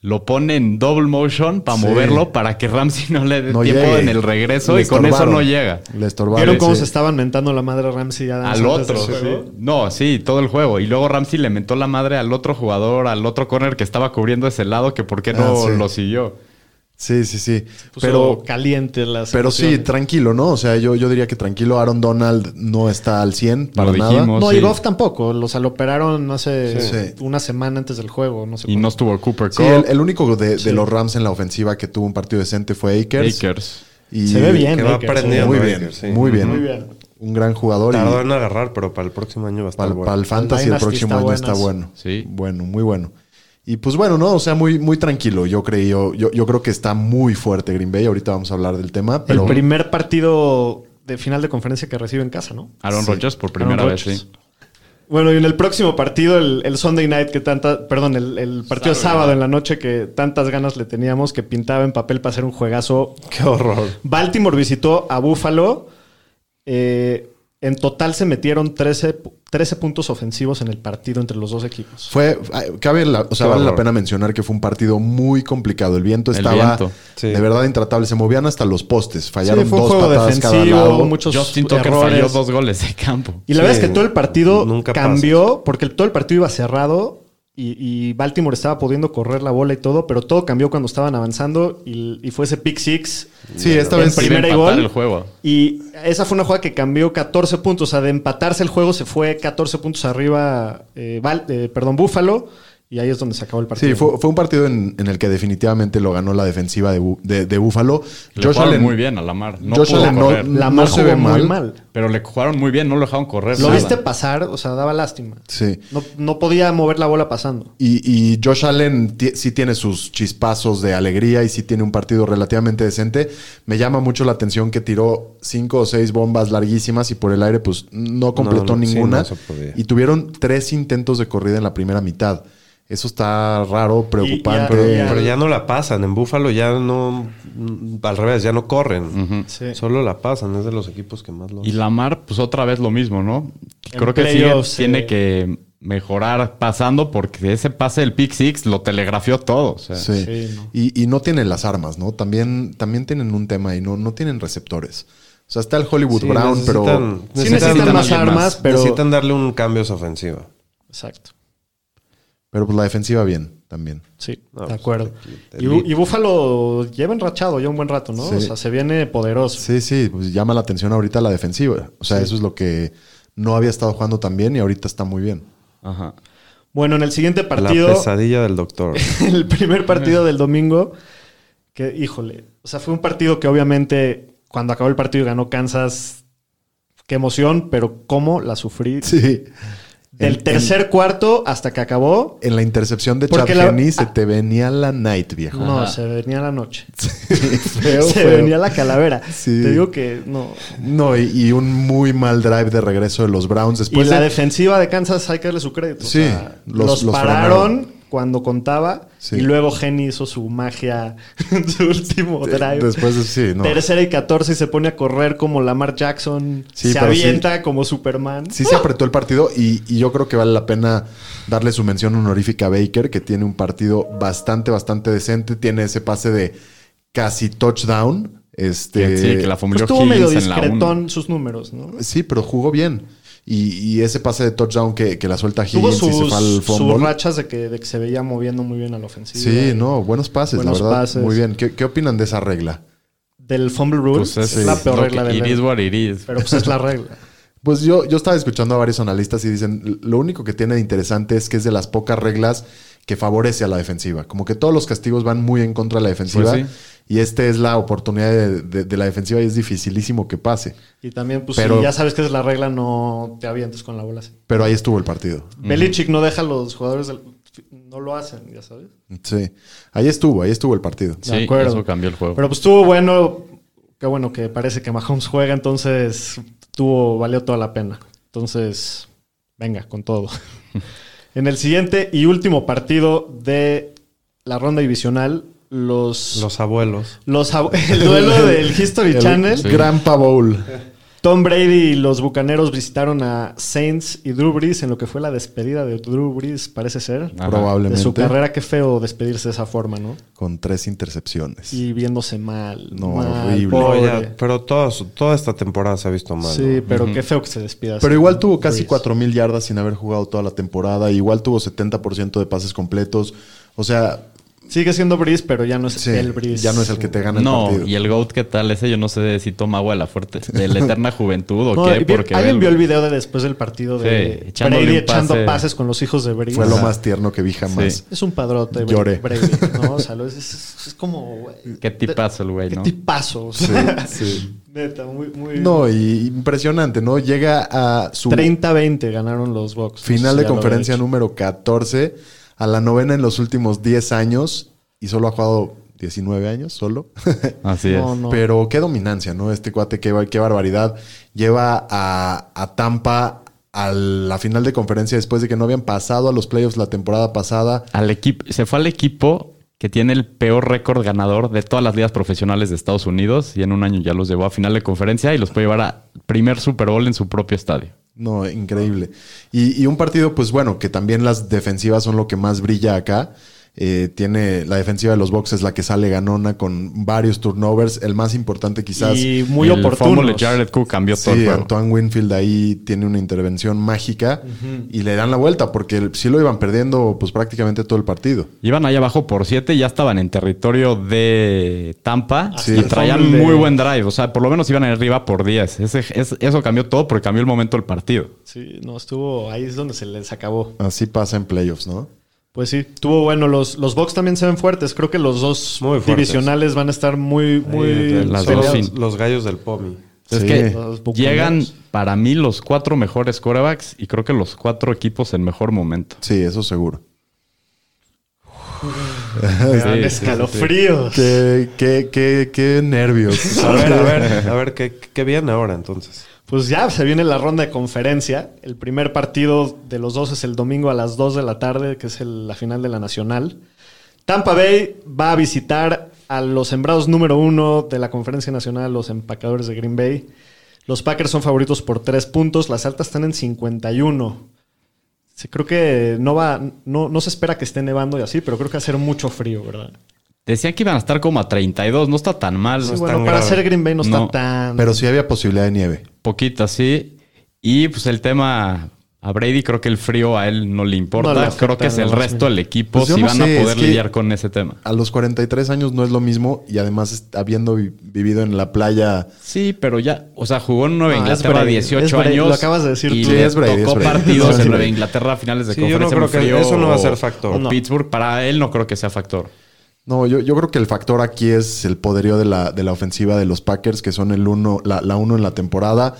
[SPEAKER 4] Lo pone en double motion para
[SPEAKER 3] Sí.
[SPEAKER 4] moverlo para que Ramsey no le dé
[SPEAKER 3] No
[SPEAKER 4] tiempo
[SPEAKER 3] llegue.
[SPEAKER 4] en el regreso
[SPEAKER 3] Le
[SPEAKER 4] y con eso
[SPEAKER 3] estorbaron.
[SPEAKER 4] no llega.
[SPEAKER 3] Le estorbaron.
[SPEAKER 2] ¿Vieron cómo
[SPEAKER 3] sí.
[SPEAKER 2] se estaban mentando la madre a Ramsey y Adams
[SPEAKER 4] al
[SPEAKER 2] antes
[SPEAKER 4] otro.
[SPEAKER 2] del juego?
[SPEAKER 4] sí. No, sí, todo el juego. Y luego Ramsey le mentó la madre al otro jugador, al otro corner que estaba cubriendo ese lado, que por qué no
[SPEAKER 3] Ah, sí.
[SPEAKER 4] lo siguió.
[SPEAKER 3] Sí, sí, sí.
[SPEAKER 2] Puso
[SPEAKER 3] Pero,
[SPEAKER 2] caliente las.
[SPEAKER 3] pero sí,
[SPEAKER 2] emociones.
[SPEAKER 3] tranquilo, ¿no? O sea, yo, yo diría que tranquilo. Aaron Donald no está al 100 para
[SPEAKER 4] Lo
[SPEAKER 3] nada.
[SPEAKER 4] dijimos.
[SPEAKER 2] No, y
[SPEAKER 4] sí.
[SPEAKER 2] Goff tampoco. Lo, o sea, lo operaron hace
[SPEAKER 3] Sí.
[SPEAKER 2] una semana antes del juego. No
[SPEAKER 4] Y
[SPEAKER 2] sé cuándo.
[SPEAKER 4] no estuvo Cooper
[SPEAKER 3] Sí,
[SPEAKER 4] Cup,
[SPEAKER 3] el, el único de, de los Rams en la ofensiva que tuvo un partido decente fue Akers.
[SPEAKER 4] Akers.
[SPEAKER 3] Y-
[SPEAKER 2] Se ve bien.
[SPEAKER 5] Que va
[SPEAKER 2] Akers,
[SPEAKER 5] aprendiendo.
[SPEAKER 3] Muy
[SPEAKER 5] Akers,
[SPEAKER 3] bien,
[SPEAKER 5] sí.
[SPEAKER 3] muy bien.
[SPEAKER 2] Muy bien.
[SPEAKER 3] Un gran jugador. y-
[SPEAKER 5] Tardó en agarrar, pero para el próximo año va a estar
[SPEAKER 3] Para
[SPEAKER 5] bueno.
[SPEAKER 3] el Fantasy el
[SPEAKER 2] Dynasty
[SPEAKER 3] próximo
[SPEAKER 2] está
[SPEAKER 3] año
[SPEAKER 2] buenas.
[SPEAKER 3] está bueno.
[SPEAKER 4] Sí.
[SPEAKER 3] Bueno, muy bueno. Y pues bueno, ¿no? O sea, muy, muy tranquilo. Yo creí, yo, yo, yo creo que está muy fuerte Green Bay. Ahorita vamos a hablar del tema. Pero
[SPEAKER 2] El primer partido de final de conferencia que recibe en casa, ¿no?
[SPEAKER 4] Aaron
[SPEAKER 3] Sí.
[SPEAKER 4] Rodgers por primera
[SPEAKER 2] Aaron
[SPEAKER 4] vez,
[SPEAKER 2] Rodgers.
[SPEAKER 4] sí.
[SPEAKER 2] Bueno, y en el próximo partido, el, el Sunday night que tanta. Perdón, el, el partido sábado en la noche que tantas ganas le teníamos que pintaba en papel para hacer un juegazo
[SPEAKER 5] Qué horror.
[SPEAKER 2] Baltimore visitó a Buffalo. Eh, en total se metieron 13, pu- 13 puntos ofensivos en el partido entre los dos equipos.
[SPEAKER 3] fue, ah, cabe la, o sea,
[SPEAKER 5] Qué
[SPEAKER 3] vale la
[SPEAKER 5] horror.
[SPEAKER 3] pena mencionar que fue un partido muy complicado. El viento
[SPEAKER 4] El
[SPEAKER 3] estaba
[SPEAKER 4] viento.
[SPEAKER 5] Sí.
[SPEAKER 3] de verdad intratable. Se movían hasta los postes. Fallaron
[SPEAKER 2] Sí, fue un
[SPEAKER 3] dos
[SPEAKER 2] juego
[SPEAKER 3] patadas cada
[SPEAKER 2] defensivo,
[SPEAKER 3] lado.
[SPEAKER 2] muchos
[SPEAKER 4] Justin Tucker
[SPEAKER 2] errores.
[SPEAKER 4] falló dos goles de campo.
[SPEAKER 2] Y la
[SPEAKER 5] Sí,
[SPEAKER 2] verdad es que todo el partido
[SPEAKER 5] nunca
[SPEAKER 2] cambió porque el- todo el partido iba cerrado y, y Baltimore estaba pudiendo correr la bola y todo, pero todo cambió cuando estaban avanzando y, y fue ese pick six.
[SPEAKER 3] Sí, esta
[SPEAKER 2] En
[SPEAKER 3] vez
[SPEAKER 2] primer- primera y
[SPEAKER 4] Empatar
[SPEAKER 2] gol.
[SPEAKER 4] el juego.
[SPEAKER 2] Y esa fue una jugada que cambió 14 puntos. O sea, de empatarse el juego se fue 14 puntos arriba, eh, Bal- eh, perdón, Búfalo. Y ahí es donde se acabó el partido.
[SPEAKER 3] Sí, fue, fue un partido en, en el que definitivamente lo ganó la defensiva de, Bu- de, de Búfalo.
[SPEAKER 4] Le jugaron muy bien a Lamar. No
[SPEAKER 3] Josh
[SPEAKER 4] pudo
[SPEAKER 3] Allen no-
[SPEAKER 4] correr.
[SPEAKER 2] La mar
[SPEAKER 3] se
[SPEAKER 2] jugó
[SPEAKER 3] ve
[SPEAKER 2] muy
[SPEAKER 3] mal.
[SPEAKER 2] mal.
[SPEAKER 4] Pero le jugaron muy bien, no lo dejaron correr.
[SPEAKER 2] Lo
[SPEAKER 4] Pues nada.
[SPEAKER 2] viste pasar, o sea, daba lástima.
[SPEAKER 3] Sí.
[SPEAKER 2] No, no podía mover la bola pasando.
[SPEAKER 3] Y, y Josh Allen ti- sí tiene sus chispazos de alegría y sí tiene un partido relativamente decente. Me llama mucho la atención que tiró cinco o seis bombas larguísimas y por el aire pues no
[SPEAKER 5] No,
[SPEAKER 3] completó
[SPEAKER 5] no, sí,
[SPEAKER 3] ninguna.
[SPEAKER 5] no se podía.
[SPEAKER 3] y tuvieron tres intentos de corrida en la primera mitad. Eso está raro, preocupante.
[SPEAKER 2] y a-
[SPEAKER 5] Pero ya no la pasan. En Búfalo ya no. mm, Al revés, ya no corren.
[SPEAKER 2] Sí.
[SPEAKER 5] Solo la pasan. Es de los equipos que más lo.
[SPEAKER 4] Mm. Y Lamar, pues otra vez lo mismo, ¿no? Creo que sí
[SPEAKER 2] playoffs,
[SPEAKER 4] tiene
[SPEAKER 2] eh.
[SPEAKER 4] que mejorar pasando porque ese pase del pick six lo telegrafió todo. o sea.
[SPEAKER 3] Sí.
[SPEAKER 2] Sí, no.
[SPEAKER 3] Y, y no tienen las armas, ¿no? También, también tienen un tema y no, no tienen receptores. O sea, está el Hollywood
[SPEAKER 5] Sí,
[SPEAKER 3] Brown, pero...
[SPEAKER 5] necesitan-
[SPEAKER 2] Sí necesitan,
[SPEAKER 4] necesitan
[SPEAKER 2] más
[SPEAKER 4] alguien
[SPEAKER 2] armas,
[SPEAKER 4] más.
[SPEAKER 2] pero...
[SPEAKER 5] Necesitan darle un cambio a su ofensiva.
[SPEAKER 2] Exacto.
[SPEAKER 3] Pero pues la defensiva bien también.
[SPEAKER 2] Sí,
[SPEAKER 5] No,
[SPEAKER 2] de
[SPEAKER 5] pues,
[SPEAKER 2] acuerdo.
[SPEAKER 5] de- de
[SPEAKER 2] Y, Bu-
[SPEAKER 5] elite.
[SPEAKER 2] y Búfalo lleva enrachado ya un buen rato, ¿no?
[SPEAKER 3] Sí.
[SPEAKER 2] O sea, se viene poderoso.
[SPEAKER 3] Sí, sí, pues llama la atención ahorita la defensiva. O sea, eso es lo que no había estado jugando tan bien y ahorita está muy bien.
[SPEAKER 4] Ajá.
[SPEAKER 2] Bueno, en el siguiente partido...
[SPEAKER 5] La pesadilla del doctor.
[SPEAKER 2] el primer partido del domingo, que híjole, o sea, fue un partido que obviamente cuando acabó el partido y ganó Kansas, qué emoción, pero cómo la sufrí.
[SPEAKER 3] Sí.
[SPEAKER 2] Del
[SPEAKER 3] En-
[SPEAKER 2] tercer cuarto hasta que acabó,
[SPEAKER 3] En la intercepción de Chad
[SPEAKER 2] Porque la-
[SPEAKER 3] Henne se te venía la night, viejo.
[SPEAKER 2] no, se venía la noche.
[SPEAKER 3] Feo,
[SPEAKER 2] se
[SPEAKER 3] feo.
[SPEAKER 2] venía la calavera.
[SPEAKER 3] Sí.
[SPEAKER 2] Te digo que no.
[SPEAKER 3] No, y, y un muy mal drive de regreso de los Browns después
[SPEAKER 2] y la
[SPEAKER 3] de-
[SPEAKER 2] defensiva de Kansas hay que darle su crédito. O
[SPEAKER 3] Pues Sí,
[SPEAKER 2] sea,
[SPEAKER 3] los-
[SPEAKER 2] los,
[SPEAKER 3] los
[SPEAKER 2] pararon
[SPEAKER 3] frenaron.
[SPEAKER 2] cuando contaba
[SPEAKER 3] Sí.
[SPEAKER 2] y luego Jenny hizo su magia en su último drive.
[SPEAKER 3] Después de... Sí, no.
[SPEAKER 2] Tercera y 14 y se pone a correr como Lamar Jackson.
[SPEAKER 3] Sí,
[SPEAKER 2] se
[SPEAKER 3] pero sí.
[SPEAKER 2] avienta como Superman.
[SPEAKER 3] Sí se apretó el partido y, y yo creo que vale la pena darle su mención honorífica a Baker, que tiene un partido bastante, bastante decente. Tiene ese pase de casi touchdown. Este,
[SPEAKER 4] sí, que la
[SPEAKER 2] Pues
[SPEAKER 4] fumigó
[SPEAKER 2] estuvo medio
[SPEAKER 4] Higgins en la uno.
[SPEAKER 2] discretón sus números, ¿no?
[SPEAKER 3] Sí, pero jugó bien. Y, y ese pase de touchdown que, que la suelta
[SPEAKER 2] Tuvo
[SPEAKER 3] Higgins y se
[SPEAKER 2] sus,
[SPEAKER 3] fue al
[SPEAKER 2] sus
[SPEAKER 3] fumble.
[SPEAKER 2] rachas de que, de que se veía moviendo muy bien a la ofensiva.
[SPEAKER 3] Sí, no, buenos pases,
[SPEAKER 2] Buenos
[SPEAKER 3] la verdad.
[SPEAKER 2] pases.
[SPEAKER 3] Muy bien. ¿Qué, qué opinan de esa regla?
[SPEAKER 2] Del fumble rule
[SPEAKER 4] Pues
[SPEAKER 2] es,
[SPEAKER 4] es,
[SPEAKER 2] la
[SPEAKER 4] es
[SPEAKER 2] peor
[SPEAKER 4] lo
[SPEAKER 2] regla
[SPEAKER 4] que-
[SPEAKER 2] del
[SPEAKER 4] It is
[SPEAKER 2] NFL,
[SPEAKER 4] what it is.
[SPEAKER 2] Pero pues es la regla.
[SPEAKER 3] Pues yo, yo estaba escuchando a varios analistas y dicen, lo único que tiene de interesante es que es de las pocas reglas que favorece a la defensiva. Como que todos los castigos van muy en contra de la defensiva.
[SPEAKER 4] Pues sí.
[SPEAKER 3] Y esta es la oportunidad de, de- de la defensiva y es dificilísimo que pase.
[SPEAKER 2] Y también, pues,
[SPEAKER 3] Pero-
[SPEAKER 2] si ya sabes que es la regla, no te avientes con la bola así.
[SPEAKER 3] Pero ahí estuvo el partido.
[SPEAKER 2] Belichick no deja a los jugadores del- No lo hacen, ya sabes.
[SPEAKER 3] Sí. Ahí estuvo, ahí estuvo el partido.
[SPEAKER 4] Sí,
[SPEAKER 2] acuerdo.
[SPEAKER 4] eso cambió el juego.
[SPEAKER 2] Pero pues estuvo bueno. Qué bueno que parece que Mahomes juega, entonces tuvo, valió toda la pena. Entonces, venga, con todo. en el siguiente y último partido de la ronda divisional, los.
[SPEAKER 5] Los abuelos.
[SPEAKER 2] los ab- el duelo del History
[SPEAKER 3] El
[SPEAKER 2] Channel.
[SPEAKER 3] Granpa Bowl.
[SPEAKER 2] Tom Brady y los bucaneros visitaron a Saints y Drew Brees en lo que fue la despedida de Drew Brees, parece ser.
[SPEAKER 4] Ajá.
[SPEAKER 3] probablemente.
[SPEAKER 2] De su carrera, qué feo despedirse de esa forma, ¿no?
[SPEAKER 3] Con tres intercepciones.
[SPEAKER 2] Y viéndose mal.
[SPEAKER 3] No,
[SPEAKER 2] mal,
[SPEAKER 3] horrible.
[SPEAKER 5] No,
[SPEAKER 2] pobre.
[SPEAKER 5] ya, pero todas- toda esta temporada se ha visto mal.
[SPEAKER 2] Sí, pero qué feo que se despida.
[SPEAKER 3] Pero
[SPEAKER 2] así.
[SPEAKER 3] igual tuvo casi
[SPEAKER 2] Breeze.
[SPEAKER 3] 4.000 yardas sin haber jugado toda la temporada. Igual tuvo 70% de pases completos. O sea,
[SPEAKER 2] Sigue siendo Briz, pero ya no es
[SPEAKER 3] Sí,
[SPEAKER 2] el Briz.
[SPEAKER 3] ya no es el que te gana el
[SPEAKER 4] No,
[SPEAKER 3] partido.
[SPEAKER 4] y el GOAT, ¿qué tal? Ese yo no sé si toma agua de la fuerte, de la eterna juventud o
[SPEAKER 2] No,
[SPEAKER 4] qué,
[SPEAKER 2] y vi-
[SPEAKER 4] porque...
[SPEAKER 2] Alguien
[SPEAKER 4] ve-
[SPEAKER 2] vio el video de después del partido de
[SPEAKER 4] Sí, echándole
[SPEAKER 2] Brady
[SPEAKER 4] un
[SPEAKER 2] echando
[SPEAKER 4] pase.
[SPEAKER 2] pases con los hijos de Briz.
[SPEAKER 3] Fue lo más tierno que vi jamás.
[SPEAKER 4] Sí.
[SPEAKER 2] Es un padrote, Bra-
[SPEAKER 3] Lloré.
[SPEAKER 2] Brady. No, o sea, lo es, es- es como, güey.
[SPEAKER 4] Qué tipazo el güey,
[SPEAKER 2] Qué
[SPEAKER 4] ¿no?
[SPEAKER 2] tipazo. o sea. Neta, muy, muy.
[SPEAKER 3] No, y impresionante, ¿no? Llega a su
[SPEAKER 2] 30-20 ganaron los Bucks. No sé
[SPEAKER 3] final
[SPEAKER 2] si
[SPEAKER 3] de
[SPEAKER 2] ya lo
[SPEAKER 3] conferencia
[SPEAKER 2] había dicho.
[SPEAKER 3] número 14, a la novena en los últimos 10 años, y solo ha jugado 19 años, solo.
[SPEAKER 4] Así es.
[SPEAKER 2] No, no.
[SPEAKER 3] Pero qué dominancia, ¿no? Este cuate, qué, bar- qué barbaridad. Lleva a, a Tampa a la final de conferencia después de que no habían pasado a los playoffs la temporada pasada.
[SPEAKER 4] Al equipo, se fue al equipo que tiene el peor récord ganador de todas las ligas profesionales de Estados Unidos y en un año ya los llevó a final de conferencia y los puede llevar a primer Super Bowl en su propio estadio.
[SPEAKER 3] No, increíble. Y, y un partido, pues bueno, que también las defensivas son lo que más brilla acá. Eh, tiene la defensiva de los boxes la que sale ganona con varios turnovers. El más importante quizás.
[SPEAKER 2] Y muy
[SPEAKER 4] el fumble
[SPEAKER 2] oportuno.
[SPEAKER 4] de Jared Cook cambió todo el
[SPEAKER 3] Sí,
[SPEAKER 4] juego.
[SPEAKER 3] Antoine Winfield ahí tiene una intervención mágica y le dan la vuelta porque el- sí lo iban perdiendo pues prácticamente todo el partido.
[SPEAKER 4] Iban ahí abajo por 7 y ya estaban en territorio de Tampa
[SPEAKER 3] Sí.
[SPEAKER 4] y traían
[SPEAKER 2] Fumble de-
[SPEAKER 4] muy buen drive. O sea, por lo menos iban arriba por 10. Ese- es- eso cambió todo porque cambió el momento del partido.
[SPEAKER 2] Sí, no, estuvo. Ahí es donde se les acabó.
[SPEAKER 3] Así pasa en playoffs, ¿no?
[SPEAKER 2] Pues sí, estuvo bueno. Los, los Bucks también se ven fuertes. Creo que los dos
[SPEAKER 5] Muy fuertes.
[SPEAKER 2] divisionales van a estar muy, muy.
[SPEAKER 4] entre las
[SPEAKER 5] eh, Son
[SPEAKER 4] dos,
[SPEAKER 2] peleados.
[SPEAKER 4] sí.
[SPEAKER 5] los, los gallos del POMI.
[SPEAKER 4] Es
[SPEAKER 3] Sí.
[SPEAKER 4] que
[SPEAKER 2] Los Buccaneers.
[SPEAKER 4] llegan para mí los cuatro mejores corebacks y creo que los cuatro equipos en mejor momento.
[SPEAKER 3] Sí, eso seguro.
[SPEAKER 2] Me dan escalofríos.
[SPEAKER 3] Qué, qué, qué, qué nervios.
[SPEAKER 5] A ver, a ver, a ver, qué, qué bien ahora entonces.
[SPEAKER 2] Pues ya se viene la ronda de conferencia. El primer partido de los dos es el domingo a las 2 de la tarde, que es el- la final de la Nacional. Tampa Bay va a visitar a los sembrados número uno de la Conferencia Nacional, los empacadores de Green Bay. Los Packers son favoritos por tres puntos, las altas están en 51. Sí, creo que no va, no, no se espera que esté nevando y así, pero creo que va a ser mucho frío, ¿verdad?
[SPEAKER 4] Decían que iban a estar como a 32, no está tan mal.
[SPEAKER 2] Sí,
[SPEAKER 5] es
[SPEAKER 2] bueno,
[SPEAKER 5] tan
[SPEAKER 2] para
[SPEAKER 5] grave.
[SPEAKER 2] ser Green Bay no, está
[SPEAKER 4] No,
[SPEAKER 2] tan.
[SPEAKER 3] Pero sí había posibilidad de nieve.
[SPEAKER 4] Poquita, sí. Y pues el tema a Brady, creo que el frío a él no le importa.
[SPEAKER 2] No le afecta
[SPEAKER 4] creo que es el
[SPEAKER 2] nada más,
[SPEAKER 4] resto
[SPEAKER 2] mira.
[SPEAKER 4] del equipo
[SPEAKER 3] Pues yo
[SPEAKER 4] si
[SPEAKER 3] no
[SPEAKER 4] van
[SPEAKER 3] sé,
[SPEAKER 4] a poder
[SPEAKER 3] es que-
[SPEAKER 4] lidiar con ese tema.
[SPEAKER 3] A los 43 años no es lo mismo y además es- habiendo vi- vivido en la playa.
[SPEAKER 4] Sí, pero ya, o sea, jugó en Nueva
[SPEAKER 2] No, es
[SPEAKER 4] Inglaterra
[SPEAKER 2] Brady,
[SPEAKER 4] 18
[SPEAKER 2] es Brady,
[SPEAKER 4] años.
[SPEAKER 2] lo acabas de decir
[SPEAKER 4] y
[SPEAKER 2] tú.
[SPEAKER 4] le
[SPEAKER 3] Sí, es Brady, es
[SPEAKER 4] tocó
[SPEAKER 3] Brady.
[SPEAKER 4] partidos
[SPEAKER 3] Sí,
[SPEAKER 4] en
[SPEAKER 3] es
[SPEAKER 4] Nueva
[SPEAKER 3] Brady.
[SPEAKER 4] Inglaterra a finales de
[SPEAKER 5] Sí, yo
[SPEAKER 4] conferencia.
[SPEAKER 5] no creo
[SPEAKER 4] muy
[SPEAKER 5] que-
[SPEAKER 4] frío
[SPEAKER 5] eso no va a
[SPEAKER 4] o-
[SPEAKER 5] ser factor.
[SPEAKER 4] O
[SPEAKER 5] No.
[SPEAKER 4] Pittsburgh, para él no creo que sea factor.
[SPEAKER 3] No, yo, yo creo que el factor aquí es el poderío de la, de la ofensiva de los Packers, que son el uno, la, la uno en la temporada.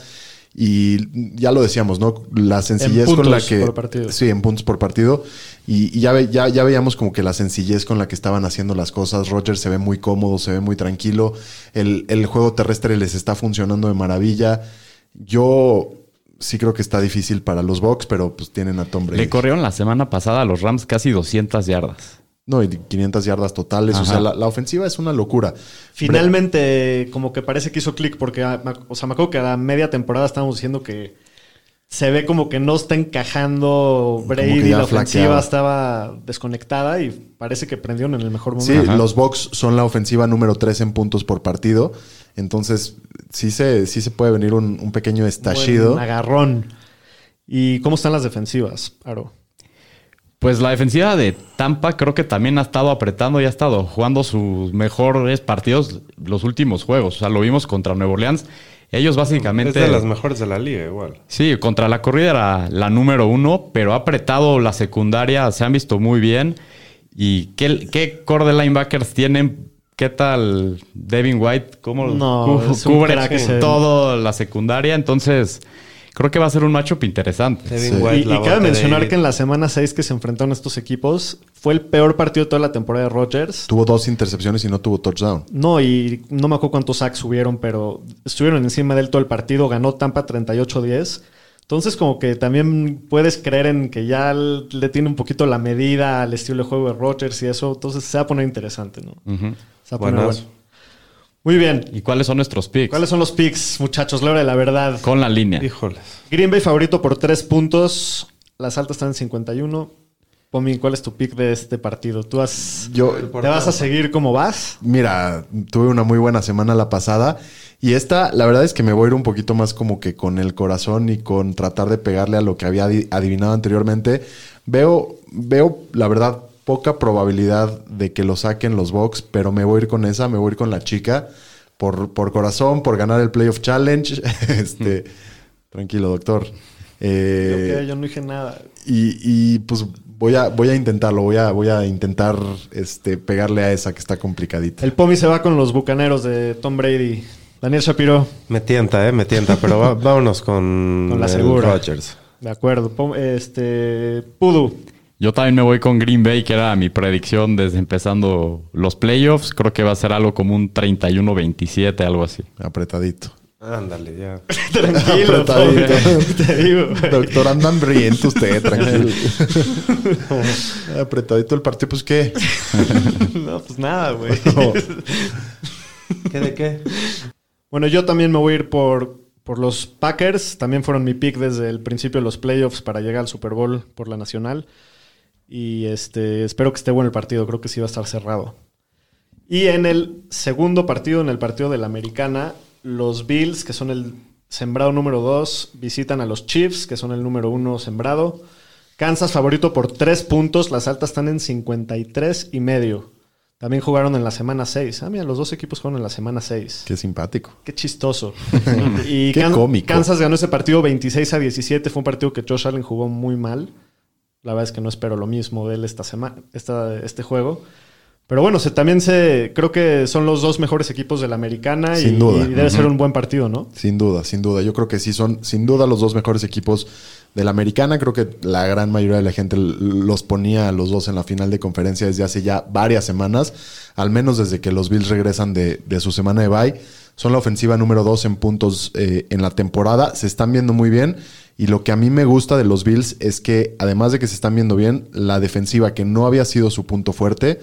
[SPEAKER 3] Y ya lo decíamos, ¿no? La sencillez
[SPEAKER 2] En
[SPEAKER 3] con la
[SPEAKER 2] puntos
[SPEAKER 3] que.
[SPEAKER 2] por partido.
[SPEAKER 3] Sí, en puntos por partido. Y, y ya, ve- ya, ya veíamos como que la sencillez con la que estaban haciendo las cosas. Rogers se ve muy cómodo, se ve muy tranquilo. El, el juego terrestre les está funcionando de maravilla. Yo sí creo que está difícil para los Bucks, pero pues tienen a Tom Brady.
[SPEAKER 4] Le corrieron la semana pasada a los Rams casi 200 yardas.
[SPEAKER 3] No, y 500 yardas totales. O
[SPEAKER 4] Ajá.
[SPEAKER 3] sea, la, la ofensiva es una locura.
[SPEAKER 2] Finalmente, como que parece que hizo clic, porque, ah, me- o sea, me acuerdo que a la media temporada estábamos diciendo que se ve como que no está encajando
[SPEAKER 3] Como que
[SPEAKER 2] Brady,
[SPEAKER 3] ya
[SPEAKER 2] la ofensiva
[SPEAKER 3] flaqueaba.
[SPEAKER 2] estaba desconectada y parece que prendieron en el mejor
[SPEAKER 3] Sí,
[SPEAKER 2] momento.
[SPEAKER 3] los Bucks son la ofensiva número 3 en puntos por partido. Entonces, sí se, sí se puede venir un, un pequeño estallido.
[SPEAKER 2] Un agarrón. ¿Y cómo están las defensivas, Aro?
[SPEAKER 4] Pues la defensiva de Tampa creo que también ha estado apretando y ha estado jugando sus mejores partidos los últimos juegos. O sea, lo vimos contra Nuevo Orleans. Ellos básicamente...
[SPEAKER 5] Es de las mejores de la liga igual.
[SPEAKER 4] Sí, contra la corrida era la número uno, pero ha apretado la secundaria, se han visto muy bien. ¿Y qué, qué core de linebackers tienen? ¿Qué tal Devin White? ¿Cómo
[SPEAKER 2] No,
[SPEAKER 4] cu-
[SPEAKER 2] es un
[SPEAKER 4] cubre
[SPEAKER 2] crack ese.
[SPEAKER 4] toda la secundaria? Entonces, creo que va a ser un matchup interesante.
[SPEAKER 5] Kevin
[SPEAKER 3] Sí.
[SPEAKER 2] Y,
[SPEAKER 5] White,
[SPEAKER 2] y
[SPEAKER 5] Pues la
[SPEAKER 2] cabe
[SPEAKER 5] bota
[SPEAKER 2] mencionar
[SPEAKER 5] de-
[SPEAKER 2] que en la semana 6 que se enfrentaron estos equipos fue el peor partido de toda la temporada de Rodgers.
[SPEAKER 3] Tuvo dos intercepciones y no tuvo touchdown.
[SPEAKER 2] No, y no me acuerdo cuántos sacks subieron, pero estuvieron encima de él todo el partido. Ganó Tampa 38-10. Entonces, como que también puedes creer en que ya l- le tiene un poquito la medida al estilo de juego de Rodgers y eso. Entonces, se va a poner interesante, ¿no?
[SPEAKER 4] Ujú.
[SPEAKER 2] Se va a poner
[SPEAKER 5] Buenazo.
[SPEAKER 2] bueno. Muy bien.
[SPEAKER 4] ¿Y cuáles son nuestros picks?
[SPEAKER 2] ¿Cuáles son los picks, muchachos? La hora de la verdad.
[SPEAKER 4] Con la línea.
[SPEAKER 5] Híjoles.
[SPEAKER 2] Green Bay favorito por 3 puntos. Las altas están en 51. Pomi, ¿cuál es tu pick de este partido? ¿Tú has,
[SPEAKER 3] Yo,
[SPEAKER 2] te vas a seguir como vas?
[SPEAKER 3] mira, tuve una muy buena semana la pasada. Y esta, la verdad es que me voy a ir un poquito más como que con el corazón y con tratar de pegarle a lo que había adi- adivinado anteriormente. Veo, veo, la verdad, poca probabilidad de que lo saquen los Bucks, pero me voy a ir con esa, me voy a ir con la chica. Por, por corazón, por ganar el Playoff Challenge. este, tranquilo, doctor.
[SPEAKER 2] Yo,
[SPEAKER 3] Eh,
[SPEAKER 2] qué, yo no dije nada.
[SPEAKER 3] y, y, pues voy a, voy a intentarlo, voy a, voy a intentar este, pegarle a esa que está complicadita.
[SPEAKER 2] El Pomi se va con los bucaneros de Tom Brady. Daniel Shapiro,
[SPEAKER 5] Me tienta, eh, me tienta, pero va- vámonos con,
[SPEAKER 2] Con la
[SPEAKER 5] el
[SPEAKER 2] segura.
[SPEAKER 5] Rodgers.
[SPEAKER 2] de acuerdo. Pom- este, Pudu,
[SPEAKER 4] Yo también me voy con Green Bay, que era mi predicción desde empezando los playoffs. Creo que va a ser algo como un 31-27, algo así.
[SPEAKER 3] Apretadito.
[SPEAKER 5] Ándale, ya.
[SPEAKER 2] tranquilo. Pomi,
[SPEAKER 3] Apretadito.
[SPEAKER 2] te digo. güey.
[SPEAKER 3] Doctor, andan riendo usted, tranquilo. Apretadito el partido, pues qué.
[SPEAKER 2] No, pues nada, güey.
[SPEAKER 5] ¿Qué de qué?
[SPEAKER 2] Bueno, yo también me voy a ir por, por los Packers. También fueron mi pick desde el principio de los playoffs para llegar al Super Bowl por la Nacional. Y este, espero que esté bueno el partido. Creo que sí va a estar cerrado. Y en el segundo partido, en el partido de la Americana, los Bills, que son el sembrado número 2, visitan a los Chiefs, que son el número 1 sembrado. Kansas favorito por 3 puntos. Las altas están en 53 y medio. También jugaron en la semana 6. Ah, mira, los dos equipos jugaron en la semana 6.
[SPEAKER 3] Qué simpático.
[SPEAKER 2] Qué chistoso. y
[SPEAKER 3] Qué cómico.
[SPEAKER 2] Kansas ganó ese partido 26 a 17. Fue un partido que Josh Allen jugó muy mal. La verdad es que no espero lo mismo de él esta semana, esta, este juego. Pero bueno, se, también se, creo que son los dos mejores equipos de la americana y,
[SPEAKER 3] Sin duda.
[SPEAKER 2] y debe ser un buen partido, ¿no?
[SPEAKER 3] Sin duda, sin duda. Yo creo que sí son, sin duda, los dos mejores equipos de la americana. Creo que la gran mayoría de la gente l- los ponía a los dos en la final de conferencia desde hace ya varias semanas, al menos desde que los Bills regresan de, de su semana de bye. Son la ofensiva número dos en puntos eh, en la temporada. Se están viendo muy bien. Y lo que a mí me gusta de los Bills es que, además de que se están viendo bien, la defensiva, que no había sido su punto fuerte,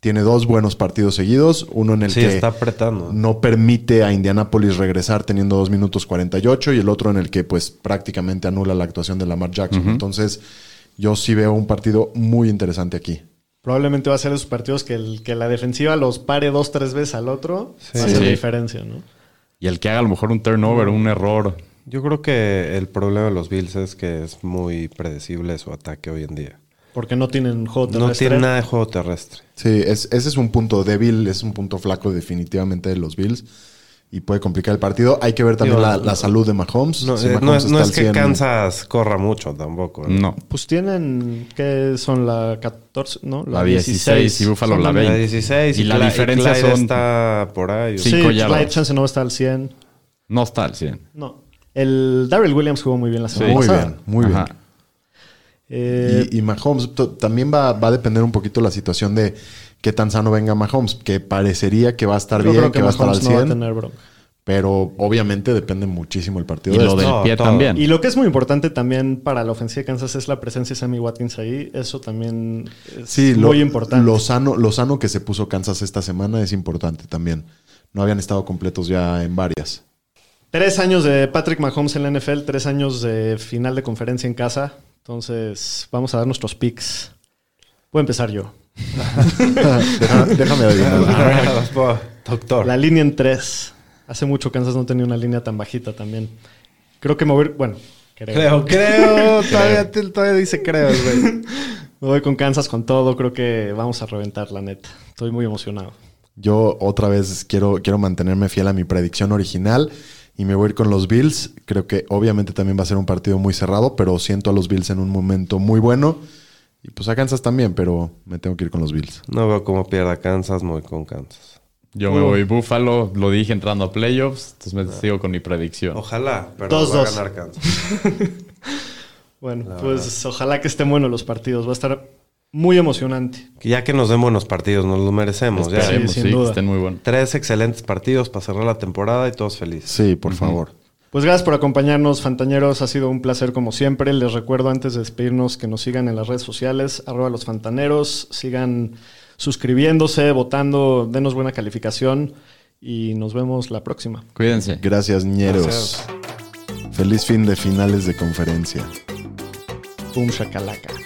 [SPEAKER 3] tiene dos buenos partidos seguidos. Uno en el
[SPEAKER 5] Sí,
[SPEAKER 3] que
[SPEAKER 5] está apretando.
[SPEAKER 3] no permite a Indianapolis regresar teniendo 2 minutos 48 y el otro en el que pues prácticamente anula la actuación de Lamar Jackson. Entonces yo sí veo un partido muy interesante aquí.
[SPEAKER 2] Probablemente va a ser de esos partidos que, el- que la defensiva los pare dos, tres veces al otro. Va a
[SPEAKER 4] Sí.
[SPEAKER 2] ser la diferencia, ¿no?
[SPEAKER 4] Y el que haga a lo mejor un turnover, un error.
[SPEAKER 5] Yo creo que el problema de los Bills es que es muy predecible su ataque hoy en día.
[SPEAKER 2] Porque no tienen juego
[SPEAKER 5] No
[SPEAKER 2] terrestre.
[SPEAKER 5] tiene nada de juego terrestre.
[SPEAKER 3] Sí, es- ese es un punto débil, es un punto flaco definitivamente de los Bills y puede complicar el partido. Hay que ver también
[SPEAKER 5] Digo,
[SPEAKER 3] la, la salud de Mahomes.
[SPEAKER 5] No,
[SPEAKER 3] Si
[SPEAKER 5] eh,
[SPEAKER 3] Mahomes
[SPEAKER 5] no es, no
[SPEAKER 3] está
[SPEAKER 5] es
[SPEAKER 3] al
[SPEAKER 5] que
[SPEAKER 3] 100,
[SPEAKER 5] Kansas corra mucho tampoco. ¿no?
[SPEAKER 4] No.
[SPEAKER 2] Pues tienen, ¿qué son la 14? No,
[SPEAKER 4] La 16 y Buffalo
[SPEAKER 2] Son
[SPEAKER 4] la
[SPEAKER 5] La
[SPEAKER 4] 20.
[SPEAKER 5] 16 y,
[SPEAKER 4] Y la
[SPEAKER 5] Clyde-
[SPEAKER 4] diferencia
[SPEAKER 5] Clyde
[SPEAKER 4] son-
[SPEAKER 5] está por ahí. o
[SPEAKER 4] Sí.
[SPEAKER 5] sea,
[SPEAKER 4] cinco
[SPEAKER 2] sí,
[SPEAKER 4] yardas.
[SPEAKER 2] Clyde Chance no está al 100.
[SPEAKER 4] No está al 100.
[SPEAKER 2] No. El Darrell Williams jugó muy bien la semana
[SPEAKER 3] Muy
[SPEAKER 2] pasada.
[SPEAKER 3] bien, muy
[SPEAKER 4] Ajá.
[SPEAKER 3] bien.
[SPEAKER 2] Eh,
[SPEAKER 3] y, y Mahomes to- también va, va a depender un poquito la situación de qué tan sano venga Mahomes, que parecería que va a estar
[SPEAKER 2] yo
[SPEAKER 3] bien,
[SPEAKER 2] creo
[SPEAKER 3] que,
[SPEAKER 2] que,
[SPEAKER 3] va a estar al
[SPEAKER 2] Mahomes
[SPEAKER 3] 100.
[SPEAKER 2] no va a tener bronca.
[SPEAKER 3] Pero obviamente depende muchísimo el partido.
[SPEAKER 4] Y
[SPEAKER 3] de este.
[SPEAKER 4] lo
[SPEAKER 3] esto.
[SPEAKER 4] del
[SPEAKER 5] No,
[SPEAKER 4] pie
[SPEAKER 5] todo.
[SPEAKER 4] también.
[SPEAKER 2] Y lo que es muy importante también para la ofensiva de Kansas es la presencia de Sammy Watkins ahí. Eso también es
[SPEAKER 3] Sí, lo,
[SPEAKER 2] muy importante.
[SPEAKER 3] Lo sano, lo sano que se puso Kansas esta semana es importante también. No habían estado completos ya en varias.
[SPEAKER 2] Tres años de Patrick Mahomes en la NFL, tres años de final de conferencia en casa. Entonces, vamos a dar nuestros picks. Voy a empezar yo.
[SPEAKER 3] déjame, déjame adivinar.
[SPEAKER 5] Doctor.
[SPEAKER 2] La línea en tres. Hace mucho Kansas no tenía una línea tan bajita también. Creo que mover. Bueno, creo.
[SPEAKER 5] Creo, creo. todavía, todavía dice creo, el güey.
[SPEAKER 2] Me voy con Kansas con todo. Creo que vamos a reventar, la neta. Estoy muy emocionado.
[SPEAKER 3] Yo otra vez quiero, quiero mantenerme fiel a mi predicción original y me voy a ir con los Bills. Creo que obviamente también va a ser un partido muy cerrado, pero siento a los Bills en un momento muy bueno. Y pues a Kansas también, pero me tengo que ir con los Bills.
[SPEAKER 5] No veo cómo pierda Kansas, muy con Kansas.
[SPEAKER 4] Yo me voy Buffalo, lo dije entrando a playoffs, entonces me sigo con mi predicción.
[SPEAKER 5] Ojalá, pero
[SPEAKER 2] Dos,
[SPEAKER 5] va
[SPEAKER 2] dos.
[SPEAKER 5] a ganar Kansas.
[SPEAKER 2] Bueno, pues ojalá que estén buenos los partidos. Va a estar muy emocionante.
[SPEAKER 5] Que Ya que nos den buenos partidos, nos los merecemos. ya.
[SPEAKER 4] Esperemos,
[SPEAKER 2] Sí, sin
[SPEAKER 4] sí, que
[SPEAKER 2] duda.
[SPEAKER 4] estén muy buenos.
[SPEAKER 5] Tres excelentes partidos para cerrar la temporada y todos felices.
[SPEAKER 3] Sí, por favor.
[SPEAKER 2] Pues gracias por acompañarnos, Fantañeros. Ha sido un placer como siempre. Les recuerdo antes de despedirnos que nos sigan en las redes sociales, arroba los Fantaneros. Sigan suscribiéndose, votando, denos buena calificación y nos vemos la próxima.
[SPEAKER 4] Cuídense.
[SPEAKER 3] Gracias, ñeros. Feliz fin de finales de conferencia.
[SPEAKER 2] Boom shakalaka.